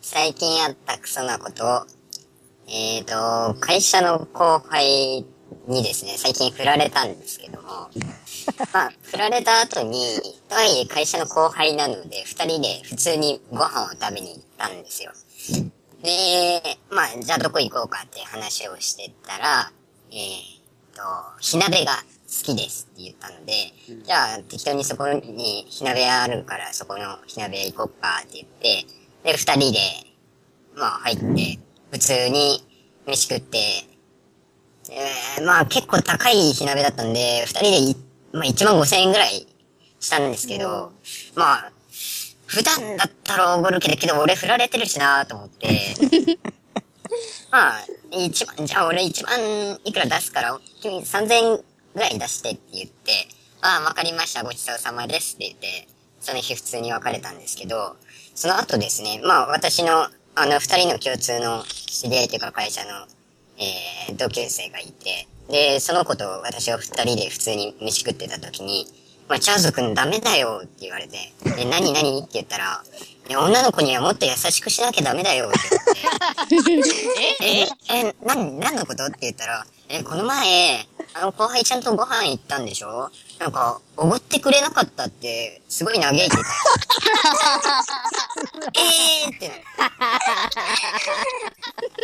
最近あったクソなことを、えっ、と、会社の後輩にですね、最近振られたんですけども、まあ、振られた後に、とはいえ会社の後輩なので、二人で普通にご飯を食べに行ったんですよ。で、まあ、じゃあどこ行こうかっていう話をしてたら、えっ、と、火鍋が好きですって言ったので、じゃあ適当にそこに火鍋屋あるからそこの火鍋屋行こっかって言って、で、二人で、まあ入って、普通に飯食って、えー、まあ結構高い火鍋だったんで、二人でい、まあ1万5千円ぐらいしたんですけど、まあ、普段だったらおごるけど、けど俺振られてるしなと思って、まあ、一番、じゃあ俺一番いくら出すから、君3000ぐらい出してって言って、ああ、わかりました、ごちそうさまですって言って、その日普通に別れたんですけど、その後ですね、まあ私の、あの二人の共通の知り合いというか会社の、えー、同級生がいて、で、その子と私は二人で普通に飯食ってた時に、まあ、チャーズ君ダメだよって言われて、で、何何って言ったら、いや女の子にはもっと優しくしなきゃダメだよって言って、え、え、な、なんのことって言ったら、え、この前、あの後輩ちゃんとご飯行ったんでしょなんか、おごってくれなかったって、すごい嘆いて たよ。えーってなる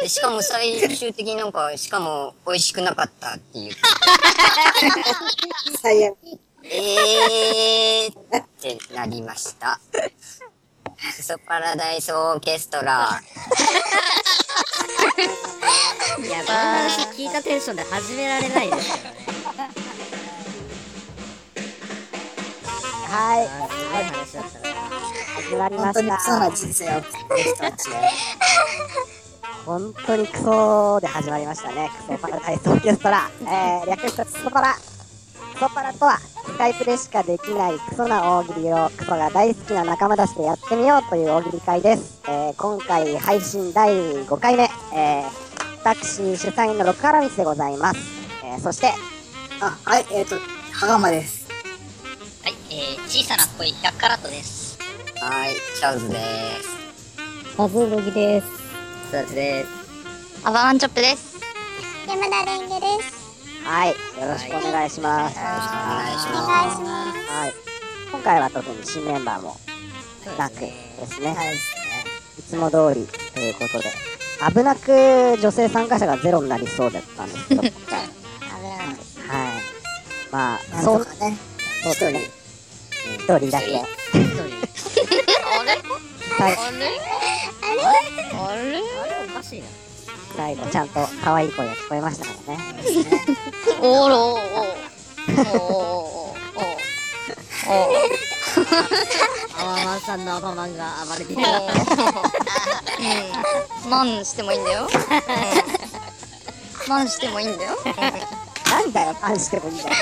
で。しかも最終的になんか、しかも美味しくなかったっていう。最悪。えーってなりました。クソパラダイスオーケストラ。いや、この話聞いたテンションで始められないですからね。はい。あーすごい話だったな。始まりま本当しにた。クソな人生を送ってる人たちが本当にクソで始まりましたね。クソパラダイスオーケストラ。えー、略してクソパラ。クソパラとは、スカイプでしかできないクソな大喜利をクソが大好きな仲間たちでやってみようという大喜利会です。えー、今回配信第5回目、えー、私主催の六原光でございます。えー、そして、あ、はい、えっ、と、羽釜です。はい、えー、小さな恋100カラットです。はい、チャーズです。カズブギです。そうです。アバランチョップです。山田レンゲです。はい、よろしくおよろし願いします。くお願いしおま願いす。します。はい。今回は特に新メンバーもなくですね。はい。いつも通りということで、危なく女性参加者がゼロになりそうだったんで すけど、今回はい。危ない。まあ、なんそうと、かね、そう一人だね。一人だけ。あれ最後、あれあれあれおかしいな。最後ちゃんと可愛い声が聞こえましたか らね。おろおおおおおアワマンさんのアワマンが暴れてる。うんマンしてもいいんだよ。マンしてもいいんだよ。なんだよ、パンしてもいいん だよ。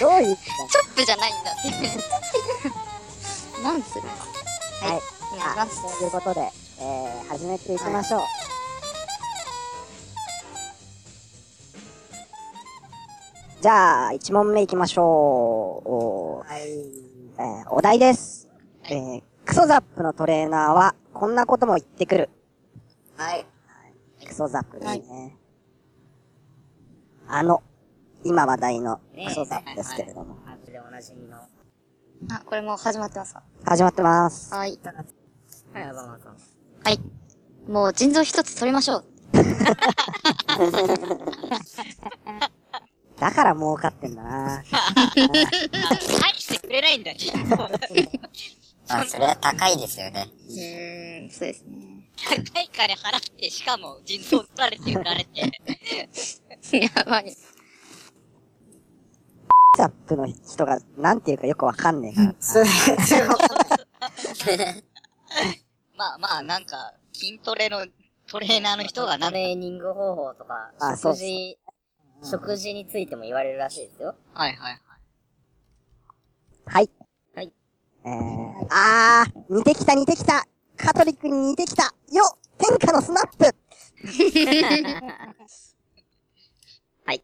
どういうんだチョップじゃないんだって。マンする。はい。お願いしあます。ということで、えー、始めていきましょう。じゃあ、1問目いきましょう。おーはい。えーお題です。えークソザップのトレーナーは、こんなことも言ってくる。はい。クソザップですね。あの、今話題のクソザップですけれども。あ、これでおなじみの。はあ、これもう始まってますか始まってます。はい。い、アワマンさん。はい。もう腎臓一つ取りましょう。だから儲かってんだな。愛してくれないんだね。まあ、それは高いですよね。うーん、そうですね。高い金払って、しかも腎臓取られて売 られて。やばい。クソザップの人が、なんていうかよくわかんねえから。そ れ、それわかんないまあまあ、なんか、筋トレのトレーナーの人がなトんはいレーニング方法とか、あそう食事、食事についても言われるらしいですよ。はいはい。はい。はい。えー、あー、似てきた似てきたカトリックに似てきたよ天下のスナッ プ はい。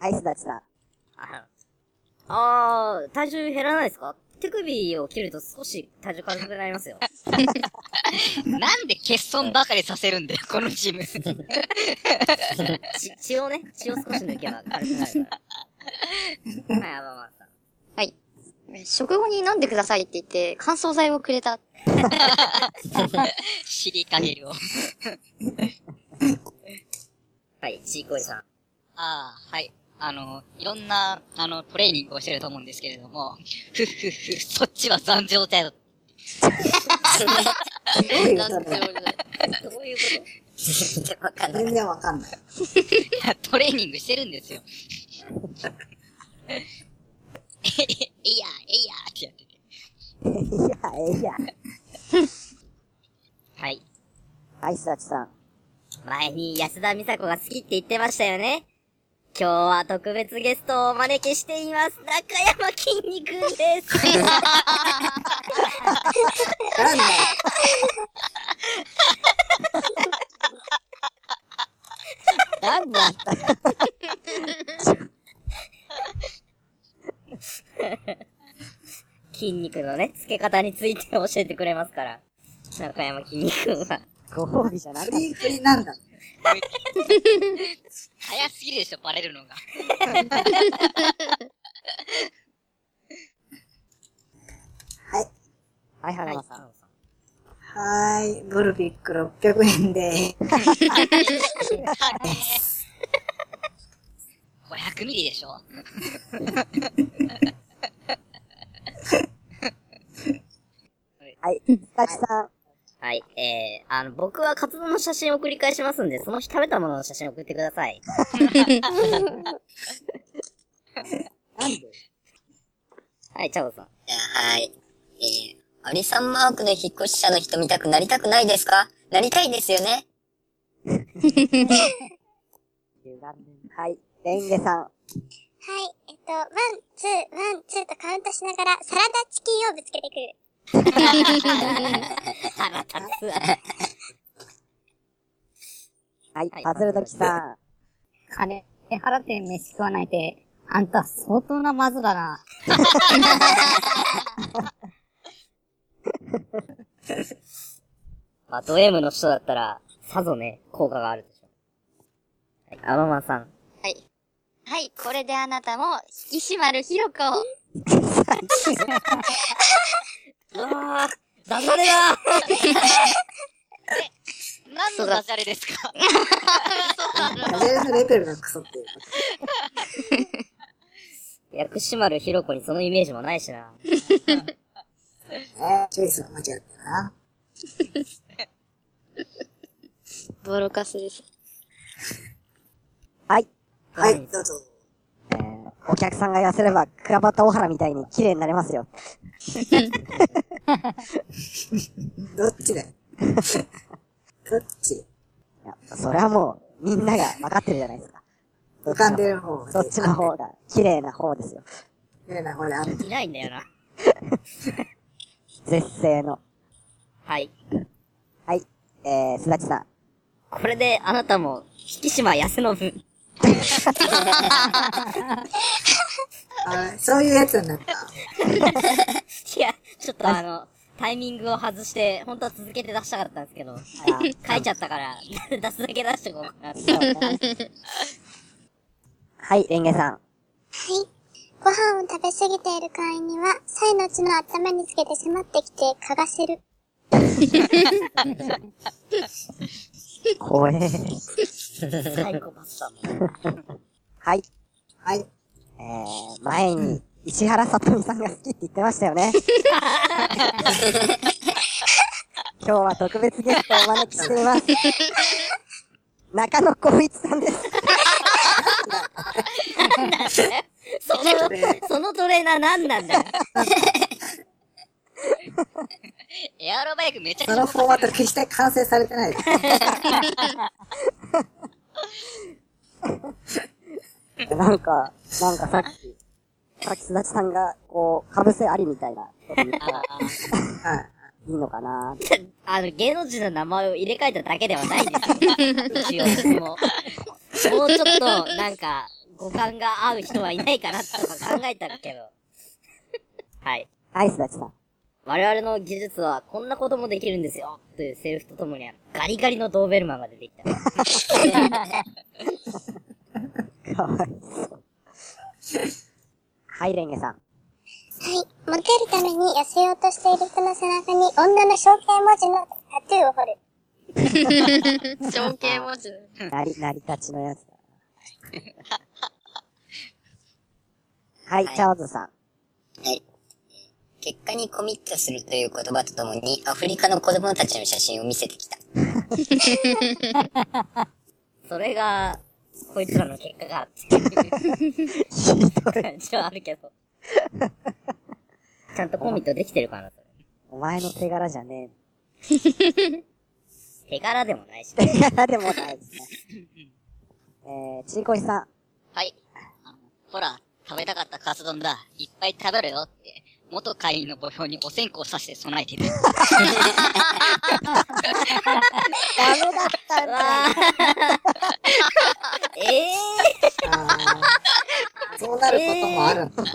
アイスダチさん。ああー、体重減らないですか手首を切ると少し体重軽くなりますよ。 なんで欠損ばかりさせるんだよ、このチーム。血血をね、血を少し抜けば軽くなるから。はい、アバマさん。はい。食後に飲んでくださいって言って、乾燥剤をくれた。シリカゲルを。 はい、ちいこいさん。ああ、はい。あの、いろんな、あの、トレーニングをしてると思うんですけれども、ふっふっふ、そっちは残業だよ。なんてことないどういうこ全然わかんない。全然わかんない。いやトレーニングしてるんですよ。えいや、えいやってやってて。いや、いや。はい。はい、すだちさん。と前に安田美佐子が好きって言ってましたよね。今日は特別ゲストをお招きしています。中山きんに君です。なんだよなんだった 筋肉のね、付け方について教えてくれますから。中山筋肉は。ご褒美じゃなかっフリーフリーなんだ。早すぎるでしょ、バレるのが。た。はい、花はい間さん。はーい。ブルビック600円で。 500ミリでしょはい、すだちさん。はい、えー、あの、僕はカツ丼の写真を繰り返しますんで、その日食べたものの写真を送ってください。はい、チャボさん。じゃあ、はい。えー、アリさんマークの引っ越し者の人見たくなりたくないですかなりたいですよねはい、レインゲさん。はい。えっと、ワン、ツー、ワン、ツーとカウントしながら、サラダチキンをぶつけてくる。腹立つわ。はいはい、パズルドキさ金払って飯食わないで、あんた相当なマズだな。まあ、ド M の人だったら、さぞね、効果があるでしょう。はい、アバマンさん。はい。はい、これであなたも引き締まる広くを。うわー、ダジャレだ何のダジャレですかダジャレのレベルがクソっていう。薬師丸ひろ子にそのイメージもないしな。ねチョイスが間違ったな。ボロカスです。ん。はい、はい、どうぞ。えー、お客さんが痩せれば、クワバタオハラみたいに綺麗になれますよ。どっちだよ。どっちいや、それはもう、みんなが分かってるじゃないですか。浮かんでる方そっちの方が、綺麗な方ですよ。綺麗な方である。いないんだよな。絶世の。はい。はい、えー、すだちさん。これで、あなたも、引き島康信。あそういうやつになった。 いや、ちょっとあの、タイミングを外して、本当は続けて出したかったんですけど、 書いちゃったから、 出すだけ出してこうかなって。はい、レンゲさん。はい。ご飯を食べ過ぎている会員には、サイの血の頭につけて迫ってきて、嗅がせる。怖え。サイコパスだもん。はい、はい。えー、前に、石原さとみさんが好きって言ってましたよね。今日は特別ゲストをお招きしています。中野光一さんです。その、そのトレーナー何なんだよ。エアロバイクめちゃくちそゃのフォーマット決して完成されてないです。なんか、なんかさっき、さっきすだちさんが、こう、かぶせありみたいなこと言ったらはい。いいのかなってあの、芸能人の名前を入れ替えただけではないんですよ。一応、もう。もうちょっと、なん か、五感が合う人はいないかなとか考えたけど。はい。アイスだちさん。我々の技術はこんなこともできるんですよというセリフとともに、ガリガリのドーベルマンが出てきた。かわいそう。はい、レンゲさん。はい。モテるために痩せようとしている人の背中に女の象形文字のタトゥーを彫る。情景文字。なり、 なりたちのやつだな。はい、チャオズさん。はい。結果にコミットするという言葉とともに、アフリカの子供たちの写真を見せてきた。それが、こいつらの結果が、っていう 感じはあるけど。ちゃんとコミットできてるかな、それお前の手柄じゃね手柄でもないし。え。手柄でもないです ね。えー、ちいこいさん。はい。あのほら、食べたかったカツ丼だ。いっぱい食べろよって、元会員の墓標にお線香さして備えてる。ダメだった んだ。ええそうなることもあるんだな。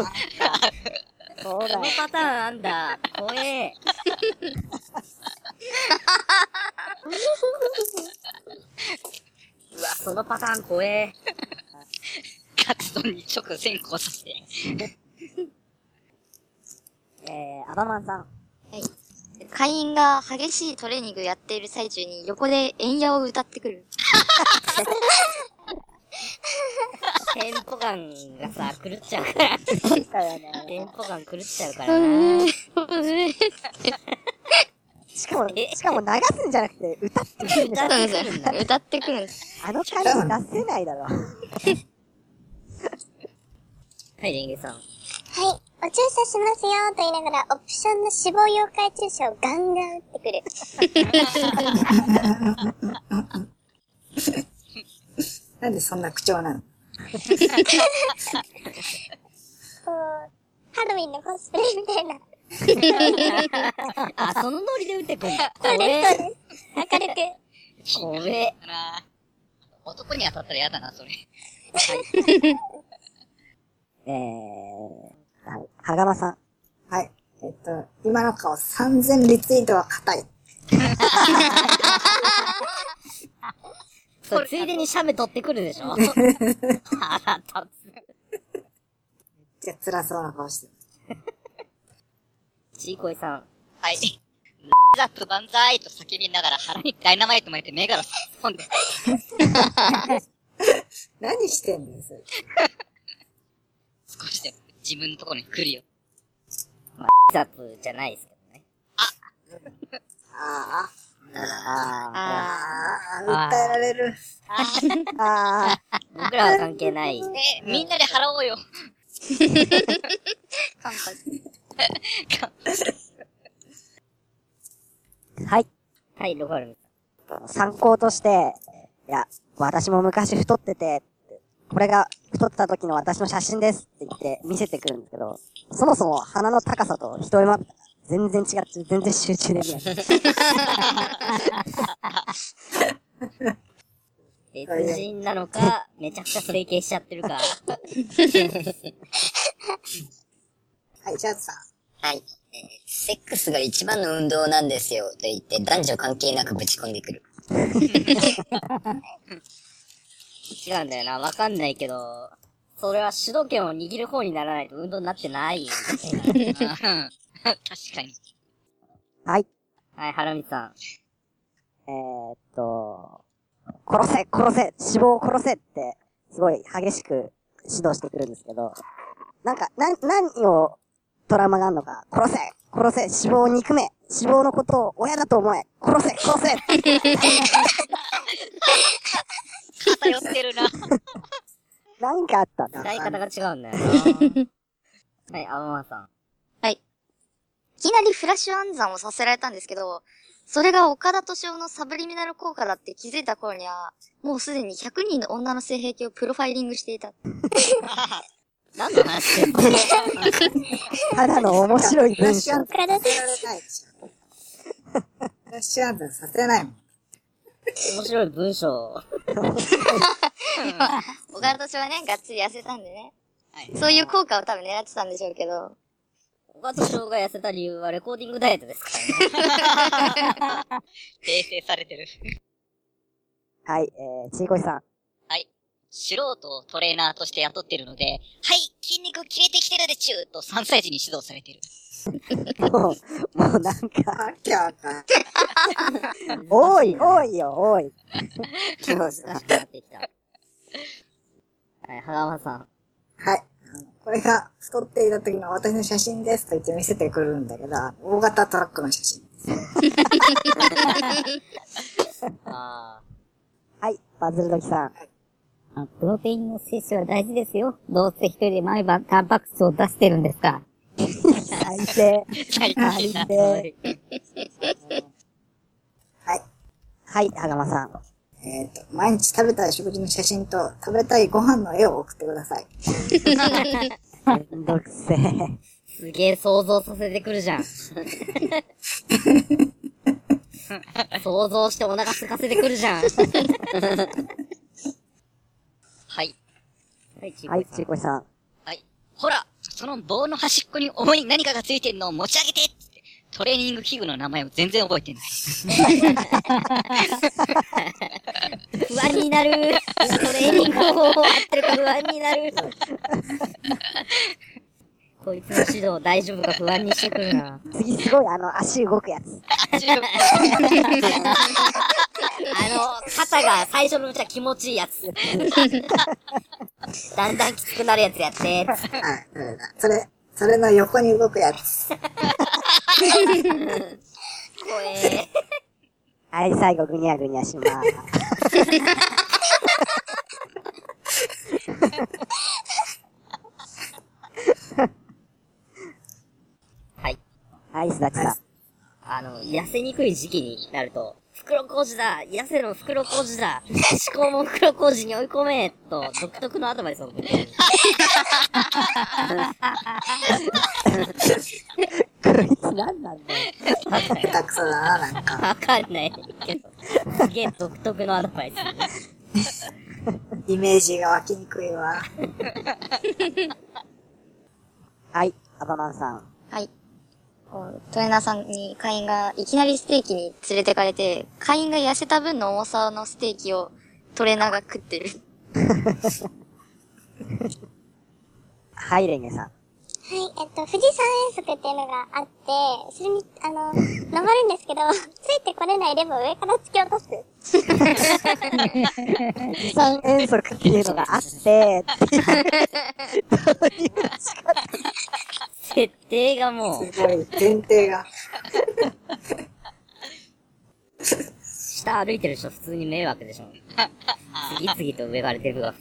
そー、うこだのよ。パターンあんだ。怖え。うわ、そのパターン怖え。カツ丼に直線香さして。 えー、アバマンさん。会員が激しいトレーニングやっている最中に横で円矢を歌ってくる。テンポ感がさ、狂っちゃうから。そうだよね。テンポ感狂っちゃうからな。しかも、しかも流すんじゃなくて、歌ってくるんだそうなよんですよ。歌ってくるんです。あの感じ出せないだろ。はい、レンゲさん。はい。お注射しますよと言いながら、オプションの死亡溶解注射をガンガン打って くる。なんでそんな口調なのこう、ハロウィンのコスプレみたいな。あ、そのノリで打ってくんだ。怖そうえで。す、そうです。明るく。怖え。だな男に当たったら嫌だな、それ。えー、はい、はがまさん。はい。えっと、今の顔3000リツイートは硬い。それついでにシャメ取ってくるでし ょ腹立じゃあ辛そうな顔してる。つ。ちいこいさん。はい。ラップ万歳と叫びながら腹 にダイナマイト巻いて目から突っ込んで、何してんだよ、それ。少しでも自分のところに来るよ。ザプじゃないですけどね。ああーあー、訴えられる。ああ。僕らは関係ない。え、みんなで払おう よ。ー、はい。はい、ロファルム参考として、いや、私も昔太ってて、これが太った時の私の写真ですって言って見せてくるんですけど、そもそも鼻の高さと一重まぶたが全然違って、全然集中できない。さん。別人なのか、めちゃくちゃ整形しちゃってるか。はい、ジャズさん。はい。えーセックスが一番の運動なんですよと言って男女関係なくぶち込んでくる。違うんだよな、わかんないけど、それは主導権を握る方にならないと運動になってないみたいな。うん確かに。はい。はい、ハラミさん。えー、っと、殺せ殺せ死亡を殺せって、すごい激しく指導してくるんですけど、なんか、な、何をトラウマがあるのか、殺せ殺せ死亡を憎め死亡のことを親だと思え殺せ殺せ偏ってるな。なんかあったんだ。使い方が違うんだよな。はい、アママさん。いきなりフラッシュ暗算をさせられたんですけど、それが岡田敏夫のサブリミナル効果だって気づいた頃には、もうすでに100人の女の性癖をプロファイリングしていた。何の話だよただの面白いフラッ 文シ章ュアンさせられないでしょ。フラッシュアンさせないもん。面白い文章。岡田敏夫はね、がっつり痩せたんでね。はいそういう効果を多分狙ってたんでしょうけど、小岡敏夫が痩せた理由はレコーディングダイエットですからね。 訂正されてる。はい、えー、ちいこいさん。素人をトレーナーとして雇ってるので、はい、筋肉切れてきてるでちゅーと3歳児に指導されてる。もう、もうなんか、あきゃあかん。多い、多いよ、多い。来ました。なってきた。はい、はがまさはん。い。あのこれが太っていた時の私の写真ですと言って見せてくるんだけど、大型トラックの写真。 あはい、バズるときさん。あプロテインの摂取は大事ですよ。どうせ一人で毎晩タンパク質を出してるんですから。 最低。 最近だ。最は低。い。はい、はがまさん。えっ、と、毎日食べたい食事の写真と食べたいご飯の絵を送ってください。めんどくせえ。ーすげえ想像させてくる じゃん。想像してお腹空かせてくるじゃん。はい。はい、ちいこはいい、さちんい。こいさん。はい。ほらその棒の端っこに重い何かがついてるのを持ち上げてっつってトレーニング器具の名前を全然覚えてない。不安になる。トレーニング方法合ってるか不安になる。こいつの指導大丈夫か不安にしてくるな。次すごい、あの、足動くや つ。あの、肩が最初のうちは気持ちいいやつ。だんだんきつくなるやつやって。はい、それだ。それ、それの横に動くやつ。怖え。はい、最後、ぐにゃぐにゃしまーす。はい。はい、すだちさん。あの、痩せにくい時期になると、袋小路だ痩せろ袋小路だ思考も袋小路に追い込めと、独特のアドバイスを送ってくる。こいつなんなんだよ。下手くそだな、なんか。わかんないけど、すげえ独特のアドバイス。 イメージが湧きにくいわ。はい、アバマンさん。はい。こうトレーナーさんに会員がいきなりステーキに連れてかれて、会員が痩せた分の重さのステーキをトレーナーが食 ってる。はい、レンゲさん。はい、えっと、富士山遠足っていうのがあって、それに、あの、登るんですけど、 ついてこれないレバーを上から突き落とす。二三遠足っていうのがあって、設定がもう、すごい、前提が。下歩いてる人普通に迷惑でしょ。次々と上から出るわ。な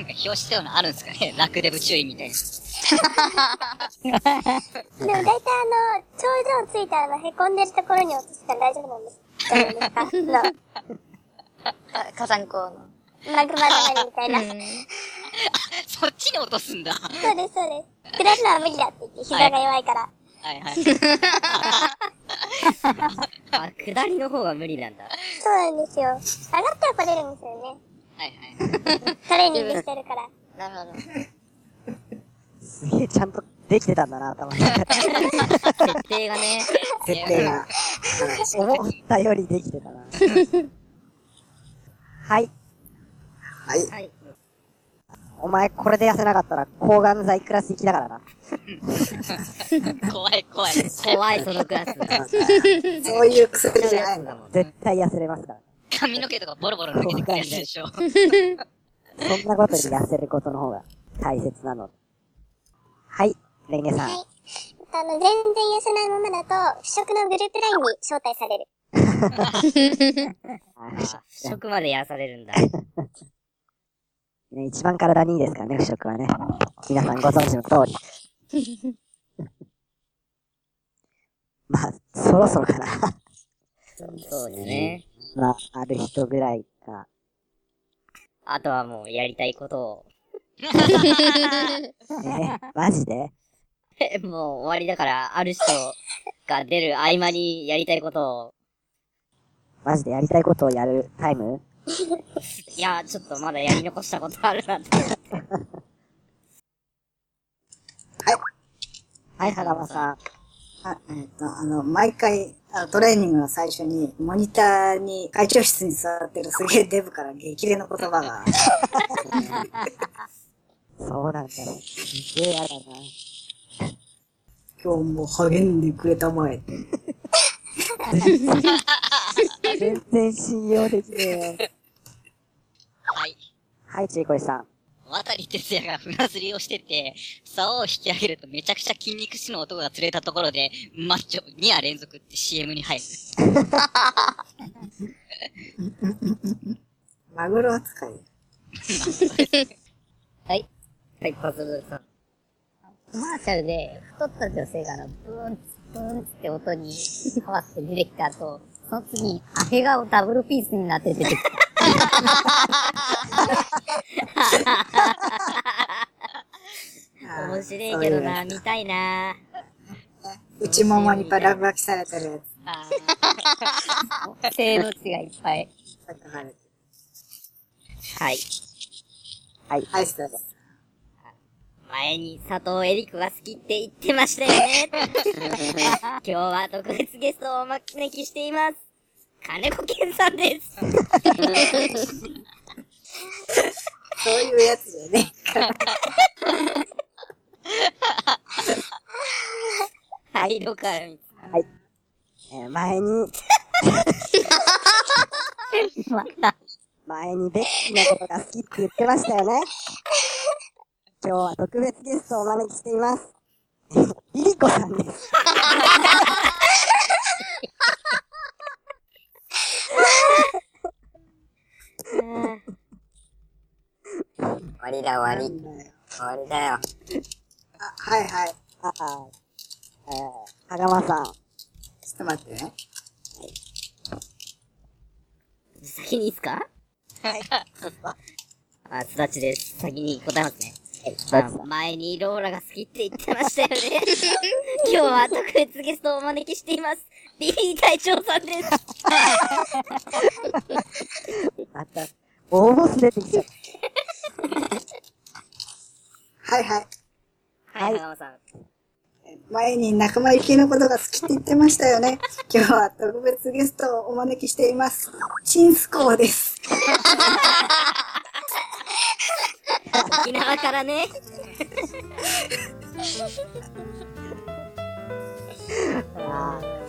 んか表紙そういうのあるんですかね楽デブ注意みたいな。でも大体あの、頂上ついたあの、凹んでるところに落としたら大丈夫なんです。大丈 夫ですかあ火山港の。の、マグマ止まりみたいな。そうそっちに落とすんだ。はです、そうです。下るのは無理だって言って、膝が弱いから。いはい。あ、下りの方が無理なんだ。そうなんですよ。上がったら来れるんですよね。はいトレーニングしてるから。なるほど。すげえちゃんとできてたんだな、頭に。設定がね、設定が。思ったよりできてたな。ははい、い。はい。お前これで痩せなかったら抗がん剤クラス行きだからな。はい。怖い怖い。怖い、そのクラス。そういう薬じゃないんだもん。絶対痩せれますから。髪の毛とかボロボロ抜けてくるやつでしょ。そんなことに痩せることの方が大切なの。はい、レンゲさん。はい。あの、全然痩せないままだと、腐食のグループラインに招待される。あー腐食までやらされるんだ。ね、一番体にいいですからね、不食はね。皆さんご存知の通り。 まあ、そろそろかな。そうですね。まあ、ある人ぐらいが。あとはもうやりたいことを。 え、マジでもう終わりだから、ある人が出る合間にやりたいことを。マジでやりたいことをやるタイム いや、ちょっとまだやり残したことあるなって。ははい、羽川さん。あえっと、あの、毎回、あのトレーニングの最初に、モニターに、会長室に座ってるすげえデブから激励の言葉が、そうなんだ。すげえ嫌だな。今日も励んでくれたまえ。全然信用できねえよ。はい。はい、ちいこいさん。渡哲也が船釣りをしてて、竿を引き上げるとめちゃくちゃ筋肉質の男が釣れたところで、マッチョ2夜連続って CM に入る。マグロ扱い。はい。はい、パズルさん。コマーシャルで、太った女性があの、ブーン、ブーンって音に合わせて出てきた 後、その次、アヘ顔ダブルピースになって出てきた。面面白いけどな、見たいな。内ももにパラブきされてるやつあ 性能値がいっぱい。が書かれてる。ーはい。はい、そうだ。前に佐藤エリコが好きって言ってましたよ ね。今日は特別ゲストをお招きしています。金子健さんです。そういうやつじゃね。はい、どかよ。えー前に、また。前にベッキーのことが好きって言ってましたよね。今日は特別ゲストをお招きしています。リリコさんです。終わりだ終わり。終わりだよ。あ、はいはい。ちょああ、えー、羽川さん。っと待ってね。先にいいっすかはい。あ、すだちです。先に答えますね。まあ前にローラが好きって言ってましたよね。 今日は特別ゲストをお招きしています。ビビー隊長さんです。 また、大ボス出てきちゃっはいはい。はい、長山さん。前に仲間由紀恵のことが好きって言ってましたよね。今日は特別ゲストをお招きしています。チンスコーです。沖縄からね。た。あー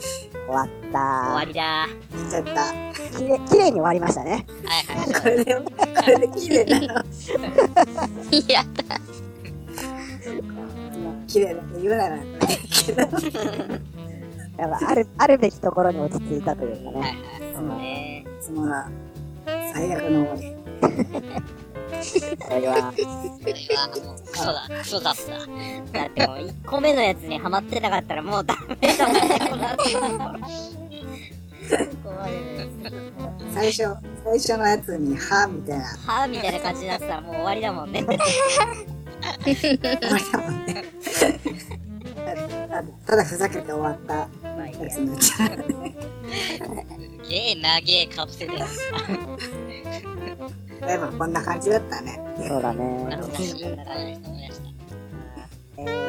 終わった終わりだ。見ちゃった。きれきれいに終わりましたね。はいはい。これで、これで綺麗なの。や綺麗だって言うなら。やっぱある、あるべきところに落ち着いたというかね。そうね。いつもは最悪の思い出。それは、それはもう、そうだ、そうだった。だってもう1個目のやつにハマってなかったらもうダメだも んね、この後 最初、最初のやつに、はみ たいな。はぁみたいな感じになってたらもう終わりだもんね。終わりだもんね。ただただふざけて終わったまあいいややつになっちゃう。 すげえ長えカプ セルだ。例えばこんな感じだったね。そうだね。懐かしい。思い出したえー